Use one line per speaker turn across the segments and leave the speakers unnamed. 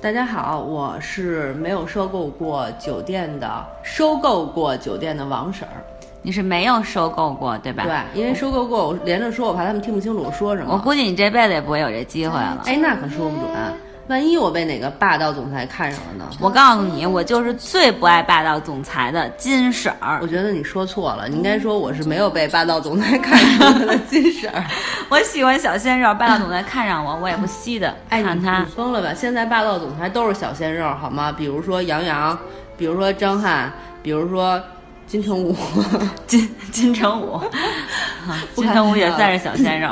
大家好，我是没有收购过酒店的，收购过酒店的王婶儿。
你是没有收购过对吧？
对，因为收购过，我连着说，我怕他们听不清楚我说什么。
我估计你这辈子也不会有这机会了。
哎，那可说不准，万一我被哪个霸道总裁看上了呢？
我告诉你，我就是最不爱霸道总裁的金婶儿
我。觉得你说错了，你应该说我是没有被霸道总裁看上的金 婶儿。
我喜欢小鲜肉，霸道总裁看上我，我也不稀的。
哎，
看
你
他
你疯了吧？现在霸道总裁都是小鲜肉，好吗？比如说杨洋比如说张翰，比如说金城武，
金金 城武，嗯
不
金
开玩笑
城武也算是小鲜肉。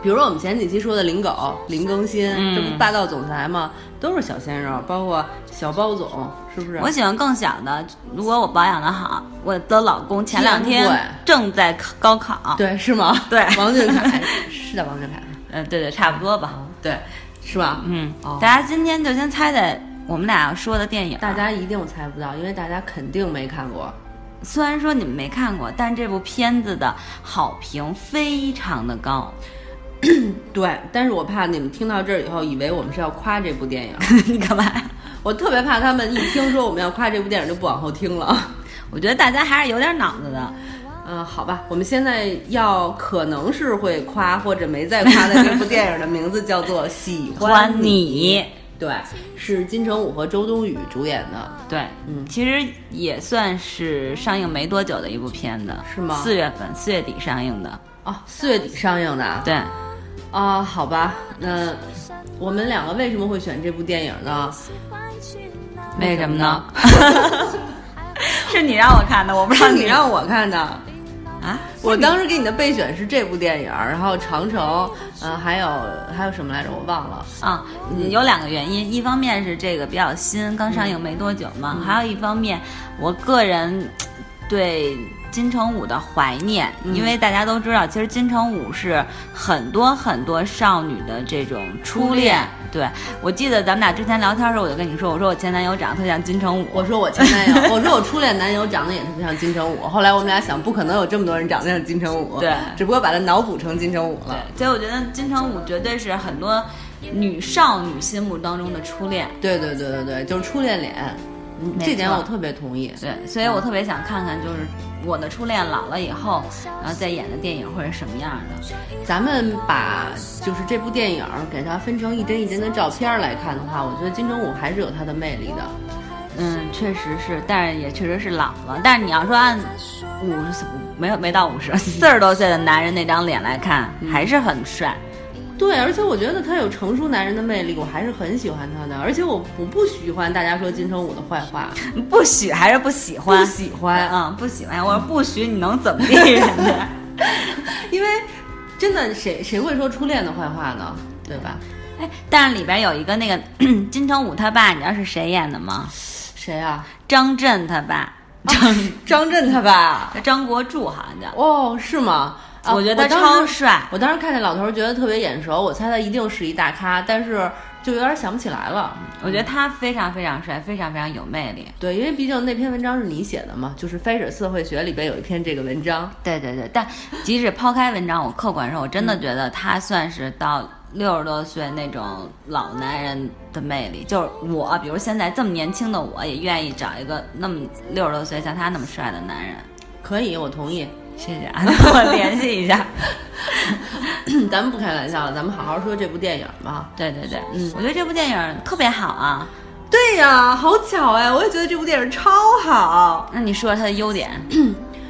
比如说我们前几期说的林狗、林更新，
嗯
这不霸道总裁吗？都是小鲜肉，包括小包总，是 不是？
我喜欢更小的，如果我保养的好，我的老公前两
依
天
然不会
正在考高考。，
对，是吗？
对
王俊凯是叫王俊凯吗？
嗯，对对，差不多吧。
对，是吧？
嗯，
哦
大家今天就先猜猜我们俩要说的电影。
大家一定猜不到，因为大家肯定没看过。
虽然说你们没看过，但这部片子的好评非常的高。
对，但是我怕你们听到这儿以后，以为我们是要夸这部 电影，
你干嘛？
我特别怕他们一听说我们要夸这部电影就不往后听 了。
我觉得大家还是有点脑子的。
嗯、好吧，我们现在要可能是会夸或者没在夸的这部电影的名字叫做《喜欢
欢》，你，
对，是金城武和周冬雨主演的。
对，
嗯
其实也算是上映没多久的一部片子，
是吗
四月份，四月底上映的。
哦，四月底上映的啊。
对，
啊、好吧，那我们两个为什么会选这部电影呢？
为什么呢？ 是你让我看的，我不知道
是你让我看的。
啊。
我当时给你的备选是这部电影，然后《长城》，嗯、还有还有什么来着？我忘了。
啊、有两个原因，一方面是这个比较新，刚上映没多久嘛，
嗯
还有一方面，我个人对金城武的怀念，
嗯
因为大家都知道，其实金城武是很多很多少女的这种初
初恋
恋。对，我记得咱们俩之前聊天的时候，我就跟你说，我说我前男友长得特像金城武，
我说我前男友，我说我初恋男友长得也特别像金城武。后来我们俩想，不可能有这么多人长得像金城武，
对
只不过把他脑补成金城武
对
了。，
所以我觉得金城武绝对是很多女少女心目当中的初恋。
对对对对对，就是初恋脸，嗯
没错
这点我特别同意。
对，所以我特别想看看，就是我的初恋老了以后，然后再演的电影会是什么样的。
咱们把就是这部电影给它分成一帧一帧的照片来看的话，我觉得金城武还是有他的魅力的。
嗯，确实是，但是也确实是老了。但是你要说按五十没有没到五十，四十多岁的男人那张脸来看，
嗯
还是很帅。
对，而且我觉得他有成熟男人的魅力，我还是很喜欢他的。而且我我不喜欢大家说金城武的坏 话，
不许还是不喜欢？
不喜欢
嗯，不喜欢。我说不许，你能怎么地人 家？
因为真的谁谁会说初恋的坏话呢？对吧？
哎，但是里边有一个那 个金城武他爸，你知道是谁演的吗？
谁啊？
张震他爸，
张震他吧？
张国柱好像叫。
哦，是吗？啊
我觉得他
当
超
时
帅。
我当时看那老头儿觉得特别眼熟，我猜他一定是一大咖，但是就有点想不起来了。
我觉得他非常非常帅，非常非常有魅力。
对，因为毕竟那篇文章是你写的嘛，就是《飞水社会学》里边有一篇这个文章。
对对对，但即使抛开文章，我客观说，我真的觉得他算是到六十多岁那种老男人的魅力。就是我，比如现在这么年轻的我，也愿意找一个那么六十多岁像他那么帅的男人。
可以，我同意。
谢谢啊，跟 我联系一下。
咱们不开玩笑了，咱们好好说这部电影吧。
对对对，嗯，我觉得这部电影特别好啊。
对呀，好巧哎！我也觉得这部电影超好。
那你说说他的优点？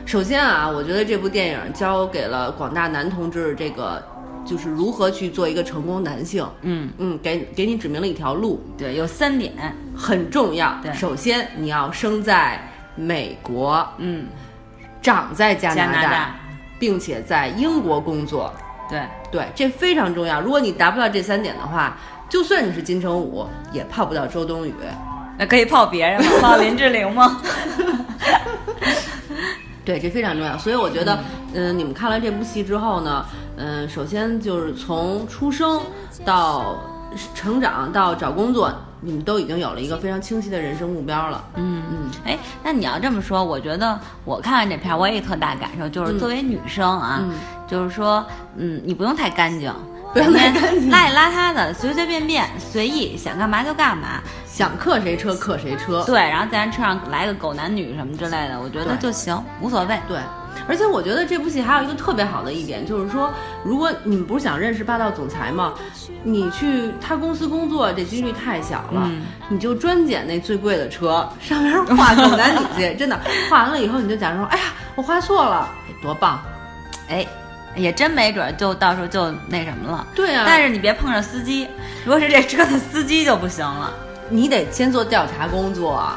首先啊，我觉得这部电影教给了广大男同志这个，就是如何去做一个成功男性。
嗯，
嗯，给给你指明了一条路，
对，有三点。
很重要。
对
首先你要生在美国，
嗯，
长在加
加
拿
拿大。
并且在英国工作。
对，
对，这非常重要。如果你达不到这三点的话，就算你是金城武，也泡不到周冬雨。
那可以泡别人吗？ 泡林志玲吗？
对，这非常重要。所以我觉得，嗯、你们看了这部戏之后呢，嗯、首先就是从出生到成长到找工作，你们都已经有了一个非常清晰的人生目标了。
嗯，哎，那你要这么说，我觉得我看完这片儿，我也特大感受，就是作为女生啊，
嗯
就是说，嗯，你不用太干净，
不要太干净，
邋里邋遢的，随随便便，随意，想干嘛就干嘛。
想克谁车克谁车。
对，然后在人车上来个狗男女什么之类的，我觉得
哦对
就行，无所谓。
对，而且我觉得这部戏还有一个特别好的一点，就是说，如果你们不是想认识霸道总裁吗？你去他公司工作，这几率太小了，你就专捡那最贵的车，上面画狗男女去， 真的画完了以后，你就假装说，哎呀，我画错了，多棒！
哎，也真没准儿就到时候就那什么了。
对啊，
但是你别碰上司机，如果是这车的司机就不行了
你得先做调查工作啊。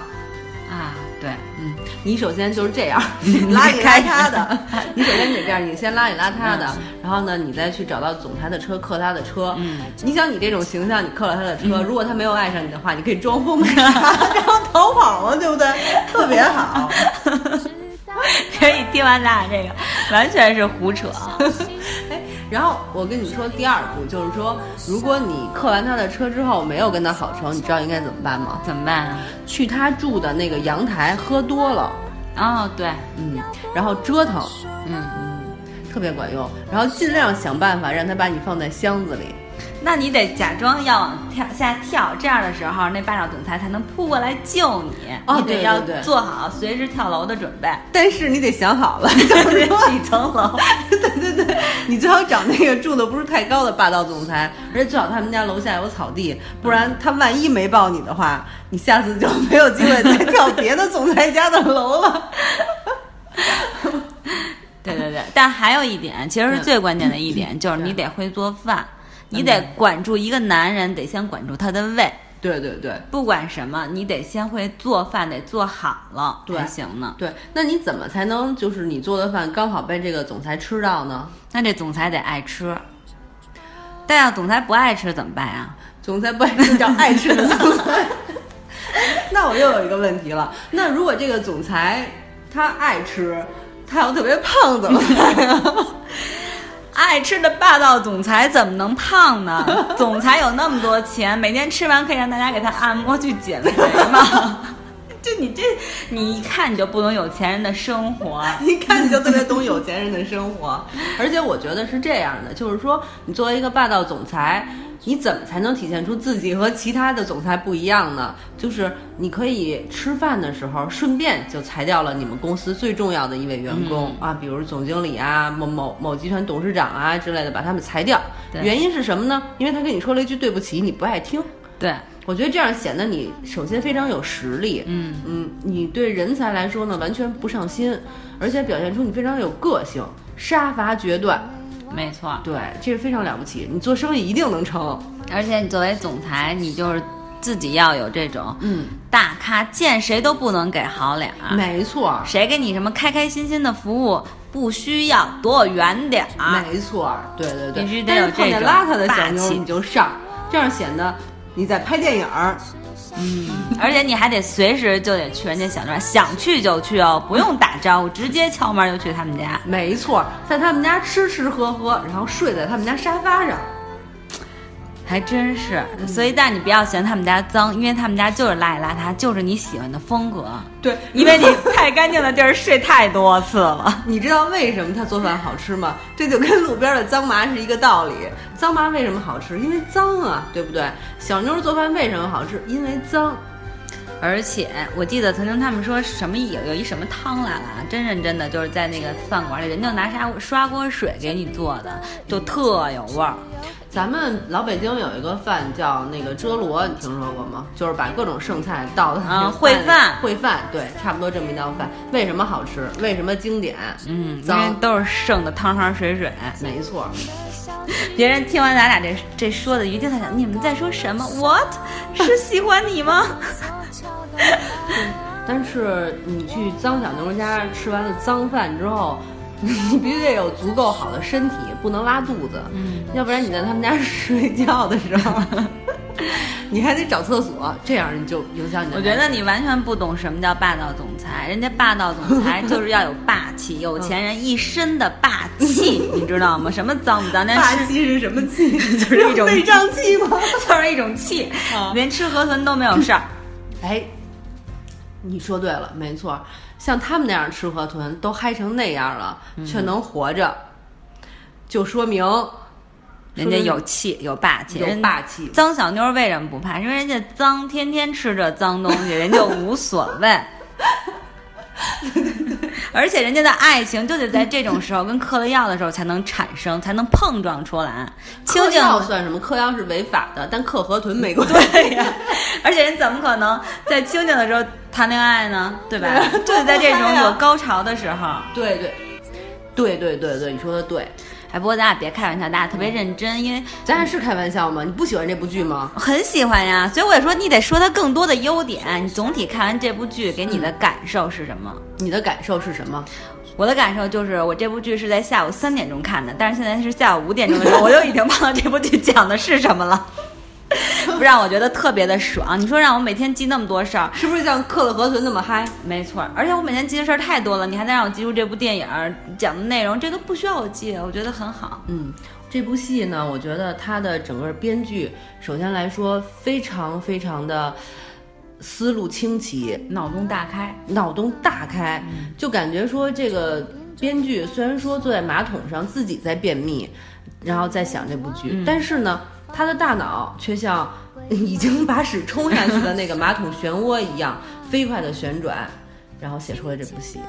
啊。对，
嗯，你首先就是 这样邋里邋遢的， 嗯你首先得这样，你先邋里邋遢的，然后呢，你再去找到总裁的车，克他的车。
嗯，
你想你这种形象，你克了他的车，如果他没有爱上你的话，你可以装 疯给他，然后逃跑了，对 不对？特别好。
啊嗯可以听完咱俩这个，完全是胡扯。啊
哎然后我跟你说第二步，就是说，如果你克完他的车之后没有跟他好成，你知道应 该怎么办吗？
怎么办啊？
去他住的那个阳台喝多了，
哦，对，
嗯，然后折腾，
嗯，
特别管用。然后尽量想办法让他把你放在箱子里。
那你得假装要往跳下跳，这样的时候那霸道总裁才能扑过来救你。
哦
你
对
得
对
要
对
做好随时跳楼的准 备。
但是你得想好 了，就是说，
几层楼？
你最好找那个住的不是太高的霸道总裁，而且最好他们家楼下有草地，不然他万一没抱你的话，你下次就没有机会再跳别的总裁家的楼了。
对对对，但还有一点，其实是
嗯
最关键的一点，就是你得会做饭，你得管住一个男人，得先管住他的胃。
对对对
不管什么，你得先会做饭，得做好了
对
才行呢。
对，那你怎么才能就是你做的饭刚好被这个总裁吃到呢？
那这总裁得爱吃，但要总裁不爱吃怎么办呀？
总裁不爱吃叫爱吃的总裁。 那我又有一个问题了，那如果这个总裁他爱吃，他要特别胖怎么办呀？
爱吃的霸道总裁怎么能胖呢？ 总裁有那么多钱，每天吃完可以让大家给他按摩去减肥吗？ 就你这，你一看你就不懂有钱人的生活。
一看你就特别懂有钱人的生活。而且我觉得是这样的，就是说，你作为一个霸道总裁，你怎么才能体现出自己和其他的总裁不一样呢？就是你可以吃饭的时候顺便就裁掉了你们公司最重要的一位员工、啊，比如总经理啊、某某某集团董事长啊之类的，把他们裁掉。
对
原因是什么呢？因为他跟你说了一句对不起，你不爱听。
对，
我觉得这样显得你首先非常有实力，
嗯
嗯，你对人才来说呢完全不上心，而且表现出你非常有个性，杀伐决断，
没错。
对，这是非常了不起，你做生意一定能成。
而且你作为总裁，你就是自己要有这种
嗯，
大咖，见谁都不能给好脸儿。
没错，
谁给你什么开开心心的服务，不需要，躲我远点儿。
没错，对对对，
啊必须得
但
有
是碰见
这种
邋遢的小
霸
妞
气
你就上，这样显得你在拍电影儿。
而且你还得随时就得去人家小店儿，想去就去哦，不用打招呼，直接敲门就去他们家。
没错，在他们家吃吃喝喝，然后睡在他们家沙发上。
还真是，所以但你不要嫌他们家脏，因为他们家就是邋里邋遢，就是你喜欢的风格。
对，
因为你太干净的地儿睡太多次了。
你知道为什么他做饭好吃吗？这就跟路边的脏麻是一个道理。脏麻为什么好吃？因为脏啊，对不对？小妞做饭为什么好吃？因为脏。
而且我记得曾经他们说什么有有一什么汤来了啊，真认真的就是在那个饭馆里，人就拿啥刷锅水给你做的，就特有味儿。
咱们老北京有一个饭叫那个遮罗，你听说过吗？就是把各种剩菜倒到那个
啊烩
里
饭
烩饭，对，差不多这么一道饭。为什么好吃？为什么经典？
嗯，因为
脏，
都是剩的汤汤水水。
没错。
别人听完咱俩这这说的，一定在想你们在说什么？What 是喜欢你吗？
但是你去脏小妞家吃完了脏饭之后， 你必须得有足够好的身体，不能拉肚子，
嗯
要不然你在他们家睡觉的时候， 你还得找厕所，这样你就影响你的。
我觉得你完全不懂什么叫霸道总裁，人家霸道总裁就是要有霸气，有钱人一身的霸 气，你知道吗？什么脏不脏？但
霸
是
气是什么气？
就是一种
肺胀气吗？
就是一种气
啊，
连吃河豚都没有事儿。
哎，你说对了，没错，像他们那样吃河豚
嗯
都嗨成那样了，却能活着，就说明
人家有气有霸气，
有
人
霸气。
脏小妞儿为什么不怕？因为人家脏，天天吃着脏东西，人家无所谓。而且人家的爱情就得在这种时候，跟嗑了药的时候才能产生，才能碰撞出来。究
嗑
竟
药算什么？嗑药是违法的，但嗑河豚没关系。
对呀、而且人怎么可能在清醒的时候谈恋爱呢？对吧？
啊
就得在这种有高潮的时候。
对对对对对对，你说的对。
哎，不过咱俩别开玩笑，大家特别认真，因为
咱俩是开玩笑吗？你不喜欢这部剧吗？
很喜欢呀，所以我也说你得说它更多的优点。你总体看完这部剧给你的感受是什么？
你的感受是什么？
我的感受就是，我这部剧是在下午三点钟看的，但是现在是下午五点钟的时候，我又已经忘了这部剧讲的是什么了。 不让我觉得特别的爽。你说让我每天记那么多事儿，
是不是像嗑了河豚那么嗨？
没错儿，而且我每天记的事儿太多了，你还得让我记住这部电影儿讲的内容，这都不需要我记，我觉得很好。
嗯，这部戏呢，我觉得它的整个编剧，首先来说非常非常的思路清奇，
脑洞大开，
脑洞大开，就感觉说这个编剧虽然说坐在马桶上自己在便秘，然后在想这部剧，但是呢，他的大脑却像已经把屎冲下去的那个马桶漩涡一样飞快的旋转，然后写出了这部戏。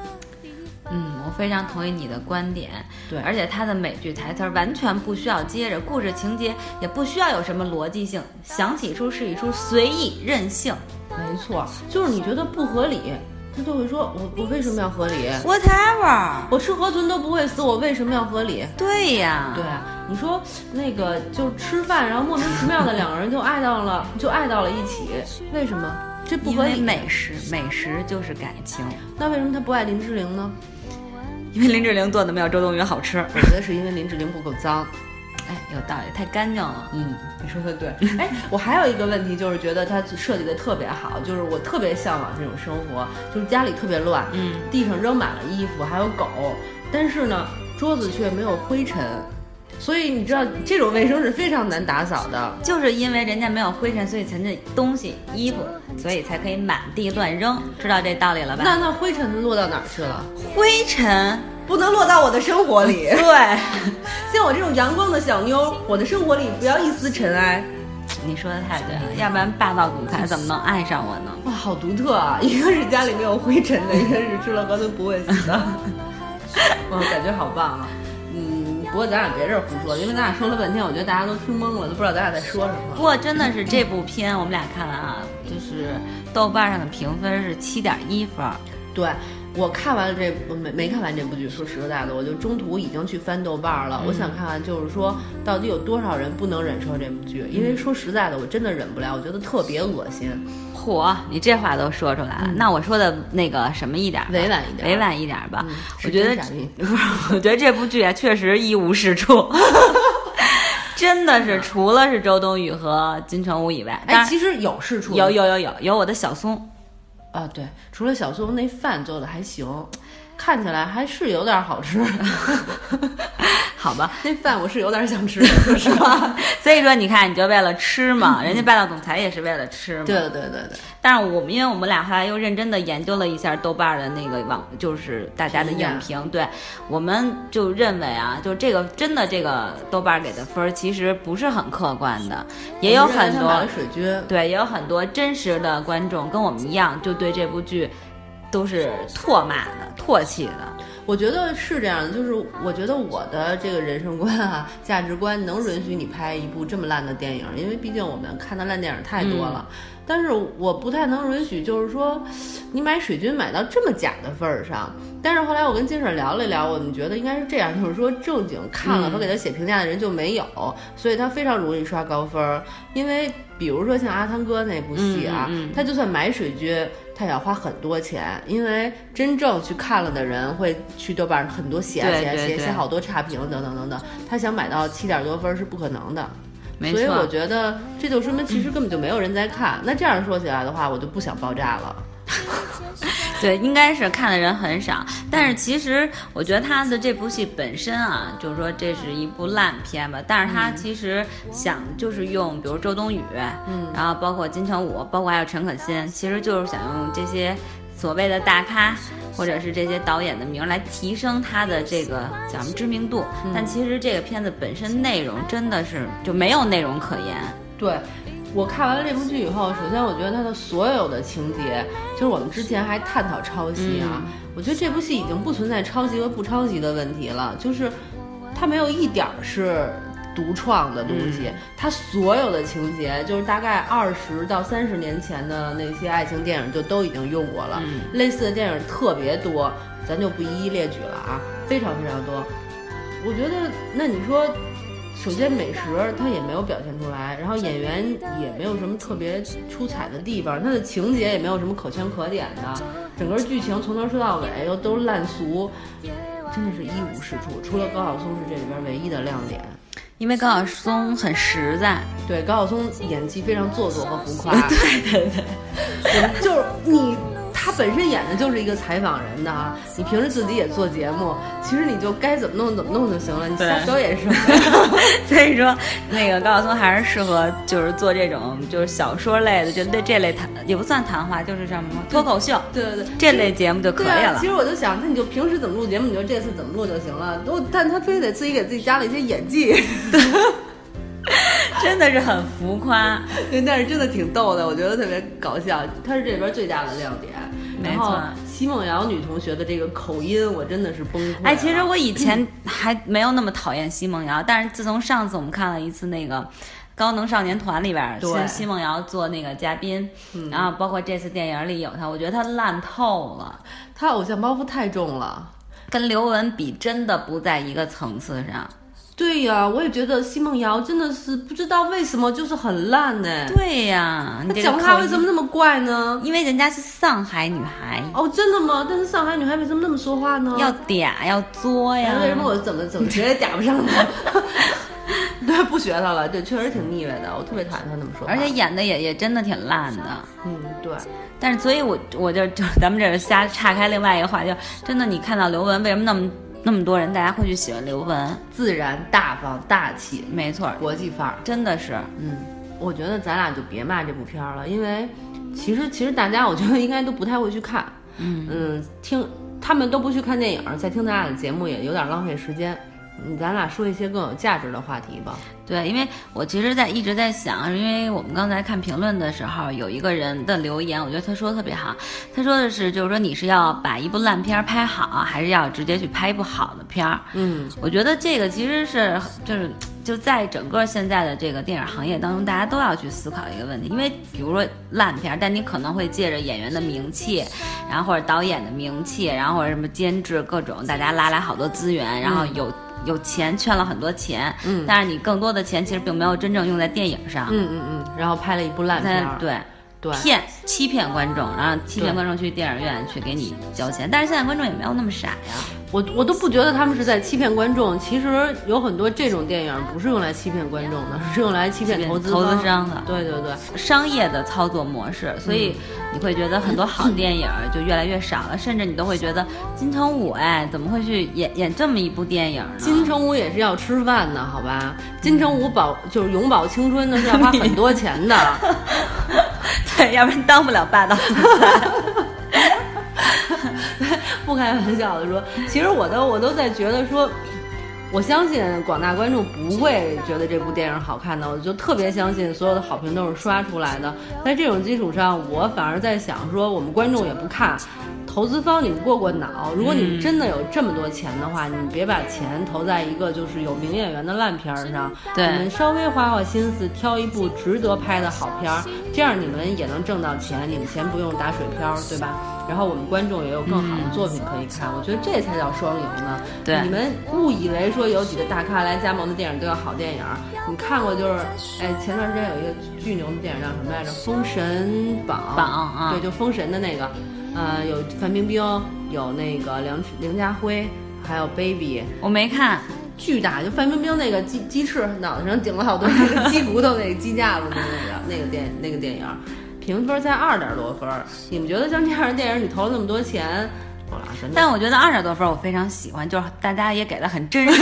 嗯，我非常同意你的观点。
对
而且他的每句台词儿完全不需要接着，故事情节也不需要有什么逻辑性，想起一出是一出，随意任性。
没错，就是你觉得不合理，他就会说我我为什么要合理？
Whatever，
我吃河豚都不会死，我为什么要合理？
对呀，
对，啊你说那个就吃饭，然后莫名其妙的两个人就爱到了，就爱到了一起，为什么？这不
因
合
为
理。
美食，美食就是感情。
那为什么他不爱林志玲呢？
因为林志玲做的没有周冬雨好吃。
我觉得是因为林志玲不够脏。
哎，有道理，太干净了。
嗯，你说的对。哎，我还有一个问题，就是觉得他设计的特别好，就是我特别向往这种生活，就是家里特别乱，
嗯，
地上扔满了衣服，还有狗，但是呢，桌子却没有灰尘。所以你知道这种卫生是非常难打扫的，
就是因为人家没有灰尘，所以才那东西、衣服，所以才可以满地乱扔，知道这道理了吧？
那那灰尘落到哪儿去了？
灰尘，
不能落到我的生活里。
对，
像我这种阳光的小妞，我的生活里不要一丝尘埃。
你说的太对了，要不然霸道总裁怎么能爱上我呢？
哇，好独特啊！ 一个是家里没有灰尘的，一个是吃了河豚不会 死的。哇，感觉好棒啊！嗯，不过咱俩别这儿胡说，因为咱俩说了半天，我觉得大家都听懵了，都不知道咱俩在说什么。
不过真的是这部片，我们俩看完啊，就是豆瓣上的评分是七点一分儿，
对。我看完了这部没没看完这部剧，说实在的，我就中途已经去翻豆瓣儿了。
嗯
我想看看，就是说到底有多少人不能忍受这部剧？因为说实在的，我真的忍不了，我觉得特别恶心。
嚯，你这话都说出来了，那我说的那个什么一点儿
嗯
吧，
委婉一点儿嗯
委婉一点儿吧。嗯我
是
觉
真
得
傻逼，
不是，我觉得这部剧啊，确实一无是处， 真的是除了是周冬雨和金城武以外，
哎，
当然
其实有是处
有有有有有我的小松，
啊，对，除了小松那饭做的还行，看起来还是有点好吃。
好吧。
那饭我是有点想吃，说实话。
所以说，你看，你就为了吃嘛，人家霸道总裁也是为了吃 嘛。
对对对对，
但是我们因为我们俩后来又认真的研究了一下豆瓣儿的那个网，就是大家的
评价
影评，对，我们就认为啊，就这个真的这个豆瓣儿给的分儿其实不是很客观的，也有
我们认为
很
他
多
买了水军，
对，也有很多真实的观众跟我们一样，就对这部剧都是唾骂的、唾弃的。
我觉得是这样的，就是我觉得我的这个人生观啊、价值观能允许你拍一部这么烂的电影，因为毕竟我们看的烂电影太多了。但是我不太能允许，就是说你买水军买到这么假的份儿上。但是后来我跟金婶聊了一聊，我们觉得应该是这样，就是说正经看了
嗯
和给他写评价的人就没有，所以他非常容易刷高分儿。因为比如说像阿汤哥那部戏啊，
嗯嗯嗯
他就算买水军，他也要花很多钱，因为真正去看了的人会去豆瓣上很多写啊
对
写啊
对
写
对
写好多差评等等等等，他想买到七点多分是不可能的。
没
所以我
错，
觉得这就说明其实根本就没有人在看。那这样说起来的话，我就不想爆炸了。
对，应该是看的人很少。但是其实我觉得他的这部戏本身啊，就是说这是一部烂片吧，但是他其实想就是用，比如周冬雨，
嗯，
然后包括金城武，包括还有陈可辛，其实就是想用这些所谓的大咖。或者是这些导演的名儿来提升他的这个叫什么知名度，但其实这个片子本身内容真的是就没有内容可言。
对，我看完了这部剧以后，首先我觉得它的所有的情节，就是我们之前还探讨抄袭啊，我觉得这部戏已经不存在抄袭和不抄袭的问题了，就是它没有一点儿是独创的东西，它所有的情节就是大概二十到三十年前的那些爱情电影就都已经用过
嗯
了，类似的电影特别多，咱就不一一列举了啊，非常非常多。我觉得，那你说首先美食它也没有表现出来，然后演员也没有什么特别出彩的地方，它的情节也没有什么可圈可点的，整个剧情从头说到尾又都烂俗，真的是一无是处。除了高晓松是这里边唯一的亮点。
因为高晓松很实在，
对，高晓松演技非常做作和 浮夸。对对对，就是你。他本身演的就是一个采访人的啊，你平时自己也做节目，其实你就该怎么弄怎么弄就行了，你瞎
对
表演 什么？
所以说那个高晓松还是适合就是做这种就是小说类的，就对这类谈也不算谈话，就是什么脱口秀
对对对，
这类节目就可以
对啊，
了
其。实我就想，那你就平时怎么录节目，你就这次怎么录就行了。都，但他非得自己给自己加了一些演技，
真的是很浮夸，
对，但是真的挺逗的，我觉得特别搞笑。他是这边最大的亮点。
没
然后
错
奚梦瑶女同学的这个口音，我真的是崩溃了。
哎，其实我以前还没有那么讨厌奚梦瑶，但是自从上次我们看了一次那个《高能少年团》里边儿，
对
是奚梦瑶做那个嘉宾，然后包括这次电影里有她，我觉得她烂透了，
他偶像包袱太重了。
跟刘雯比真的不在一个层次上。
对呀、我也觉得奚梦瑶真的是不知道为什么就是很烂呢。
对呀，你
他
这
讲
个
话
口
为什
音，
么那么怪呢？
因为人家是上海女孩，
哦，真的吗？但是上海女孩为什么那么说话呢？
要嗲要作
哎
呀。
为什么我怎么怎么觉得嗲不上呢？ 对，不学他了。对，确实挺腻歪的，我特别讨厌他那么说话。
而且，演的也也真的挺烂的。
嗯，对，
但是，所以我我就就咱们这儿瞎岔开另外一个话，就真的你看到刘雯为什么那么那么多人大家会去喜欢刘雯？
自然、大方、大气，
没错儿，
国际范儿。
真的是
嗯，我觉得咱俩就别骂这部片儿了，因为其实其实大家我觉得应该都不太会去看，嗯听他们都不去看电影，再听咱俩的节目也有点浪费时间。嗯，咱俩说一些更有价值的话题吧。
对，因为我其实在，一直在想，因为我们刚才看评论的时候，有一个人的留言，我觉得他说的特别好。他说的是，就是说你是要把一部烂片儿拍好，还是要直接去拍一部好的片儿？
嗯，
我觉得这个其实是就是就在整个现在的这个电影行业当中，大家都要去思考一个问题，因为比如说烂片儿，但你可能会借着演员的名气，然后或者导演的名气，然后或者什么监制各种，大家拉来好多资
嗯
源，然后有。有钱圈了很多钱，嗯，但是你更多的钱其实并没有真正用在电影上，
嗯嗯嗯，然后拍了一部烂片
但
儿，
对
对
骗欺骗观众，然后欺骗
对
观众去电影院去给你交钱，但是现在观众也没有那么傻呀，
我我都不觉得他们是在欺骗观众，其实有很多这种电影不是用来欺骗观众的，是用来欺骗投资
投资
方
商的，
对对对，
商业的操作模式，
嗯
所以你会觉得很多好电影儿就越来越少了，甚至你都会觉得金城武哎怎么会去演演这么一部电影呢？
金城武也是要吃饭的，好吧？金城武保就是永葆青春的是要花很多钱的，
对，要不然当不了霸道总裁。
不开玩笑的说，其实我都我都在觉得说，我相信广大观众不会觉得这部电影好看的，我就特别相信所有的好评都是刷出来的。在这种基础上，我反而在想说，我们观众也不看。投资方，你们过过脑。如果你们真的有这么多钱的话，你别把钱投在一个就是有名演员的烂片儿上。
对
你们稍微花花心思挑一部值得拍的好片儿，这样你们也能挣到钱，你们钱不用打水漂，对吧？然后我们观众也有更好的作品可以看，我觉得这才叫双赢呢。
对
你们误以为说有几个大咖来加盟的电影都叫好电影儿，你看过就是，哎，前段时间有一个巨牛的电影叫什么来着？《封神榜》
榜啊
对，就《封神》的那个，呃，有范冰冰，有那个梁梁家辉，还有 baby，
我没看，
巨大，就范冰冰那个鸡鸡翅脑袋上顶了好多 那个鸡骨头那个鸡架子的那个那个电那个电影，评分才二点多分儿。你们觉得像这样的电影，你投了那么多钱，好了，真的。
但我觉得二十多分儿我非常喜欢，就是大家也给的很真 实，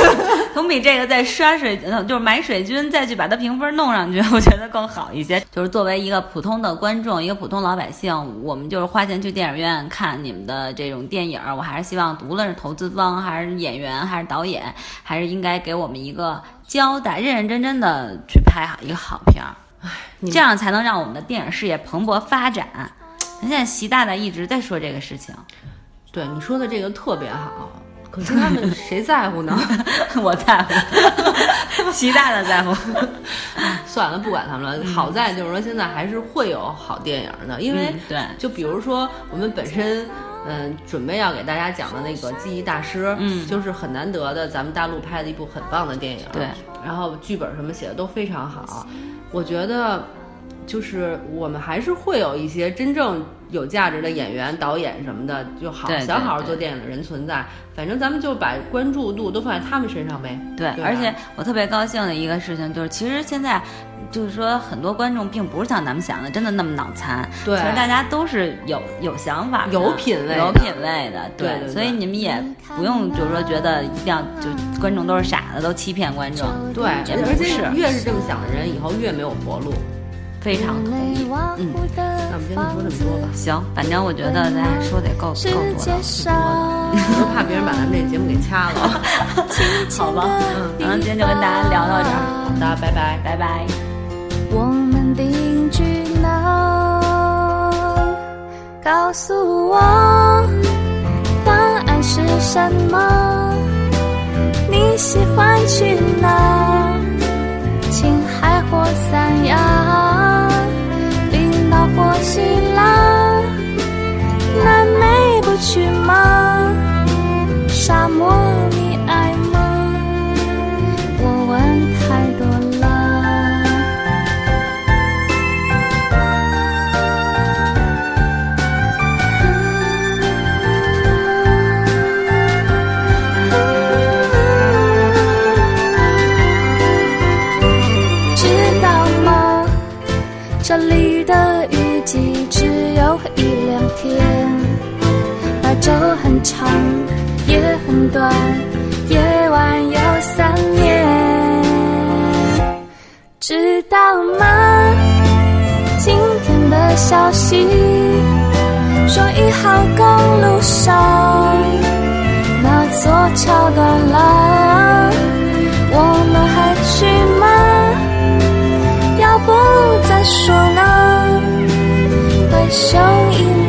总比这个再刷水，呃就是买水军再去把它评分弄上去，我觉得更好一些。 就是作为一个普通的观众，一个普通老百姓，我们就是花钱去电影院看你们的这种电影儿，我还是希望无论是投资方还是演员还是导演，还是应该给我们一个交代，认认真真的去拍好一个好片儿。
你
这样才能让我们的电影事业蓬勃发展。现在习大大一直在说这个事情，
对你说的这个特别好，可是他们谁在乎呢？
我在乎，习大大在乎。
算了，不管他们了。好在就是说，现在还是会有好电影 的，因为
嗯对
就比如说我们本身。嗯，准备要给大家讲的那个《记忆大师》，
嗯
就是很难得的，咱们大陆拍的一部很棒的电影。
对，
然后剧本什么写的都非常好，我觉得就是我们还是会有一些真正有价值的演员、导演什么的，就好
对对
想好好
对
做电影的人存在。反正咱们就把关注度都放在他们身上呗。
对，
对吧啊
而且我特别高兴的一个事情就是，其实现在就是说很多观众并不是像咱们想的真的那么脑残，
对
其实大家都是有有想法的、
有品位的
有品位的。
对对对
所以你们也不用就是说觉得一定要就观众都是傻子，都欺骗观众，
对，
也
而
不
且
是
越是这么想的人，以后越没有活路。
非常同意。嗯，
那我们今天就说这么 多吧，
行，反正我觉得咱俩说得够够多了。
我都怕别人把咱们这节目给掐了。
好吧， 嗯，然后今天就跟大家聊到这儿，
好的，拜拜。
拜拜。
我们定居哪？告诉我，答案是什么？你喜欢去哪？青海或三亚，冰岛或希腊，南美不去吗？沙漠你爱吗？我问太多了。知道吗？这里的雨季只有一两天，白昼很长，夜很短，夜晚有三年。知道吗？今天的消息说一号公路上那座桥断了，我们还去吗？要不再说呢？对胸一